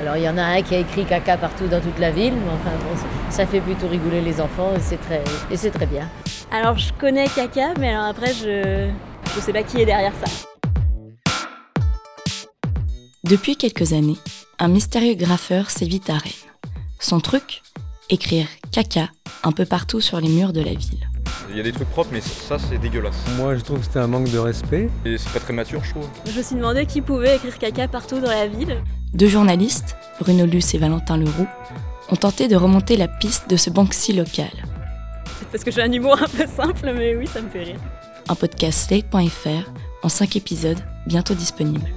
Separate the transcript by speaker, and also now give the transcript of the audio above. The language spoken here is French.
Speaker 1: Alors il y en a un qui a écrit caca partout dans toute la ville, mais enfin bon, ça fait plutôt rigoler les enfants et c'est très, et c'est très bien.
Speaker 2: Alors je connais Caca, mais alors après je je sais pas qui est derrière ça.
Speaker 3: Depuis quelques années, un mystérieux graffeur sévit à Rennes. Son truc Écrire caca un peu partout sur les murs de la ville.
Speaker 4: Il y a des trucs propres, mais ça, c'est dégueulasse.
Speaker 5: Moi, je trouve que c'était un manque de respect.
Speaker 4: Et c'est pas très mature, je trouve.
Speaker 2: Je me suis demandé qui pouvait écrire Caca partout dans la ville.
Speaker 3: Deux journalistes, Bruno Luce et Valentin Leroux, ont tenté de remonter la piste de ce Banksy local.
Speaker 2: Peut-être parce que j'ai un humour un peu simple, mais oui, ça me fait rire.
Speaker 3: Un podcast slate.fr en 5 épisodes, bientôt disponible.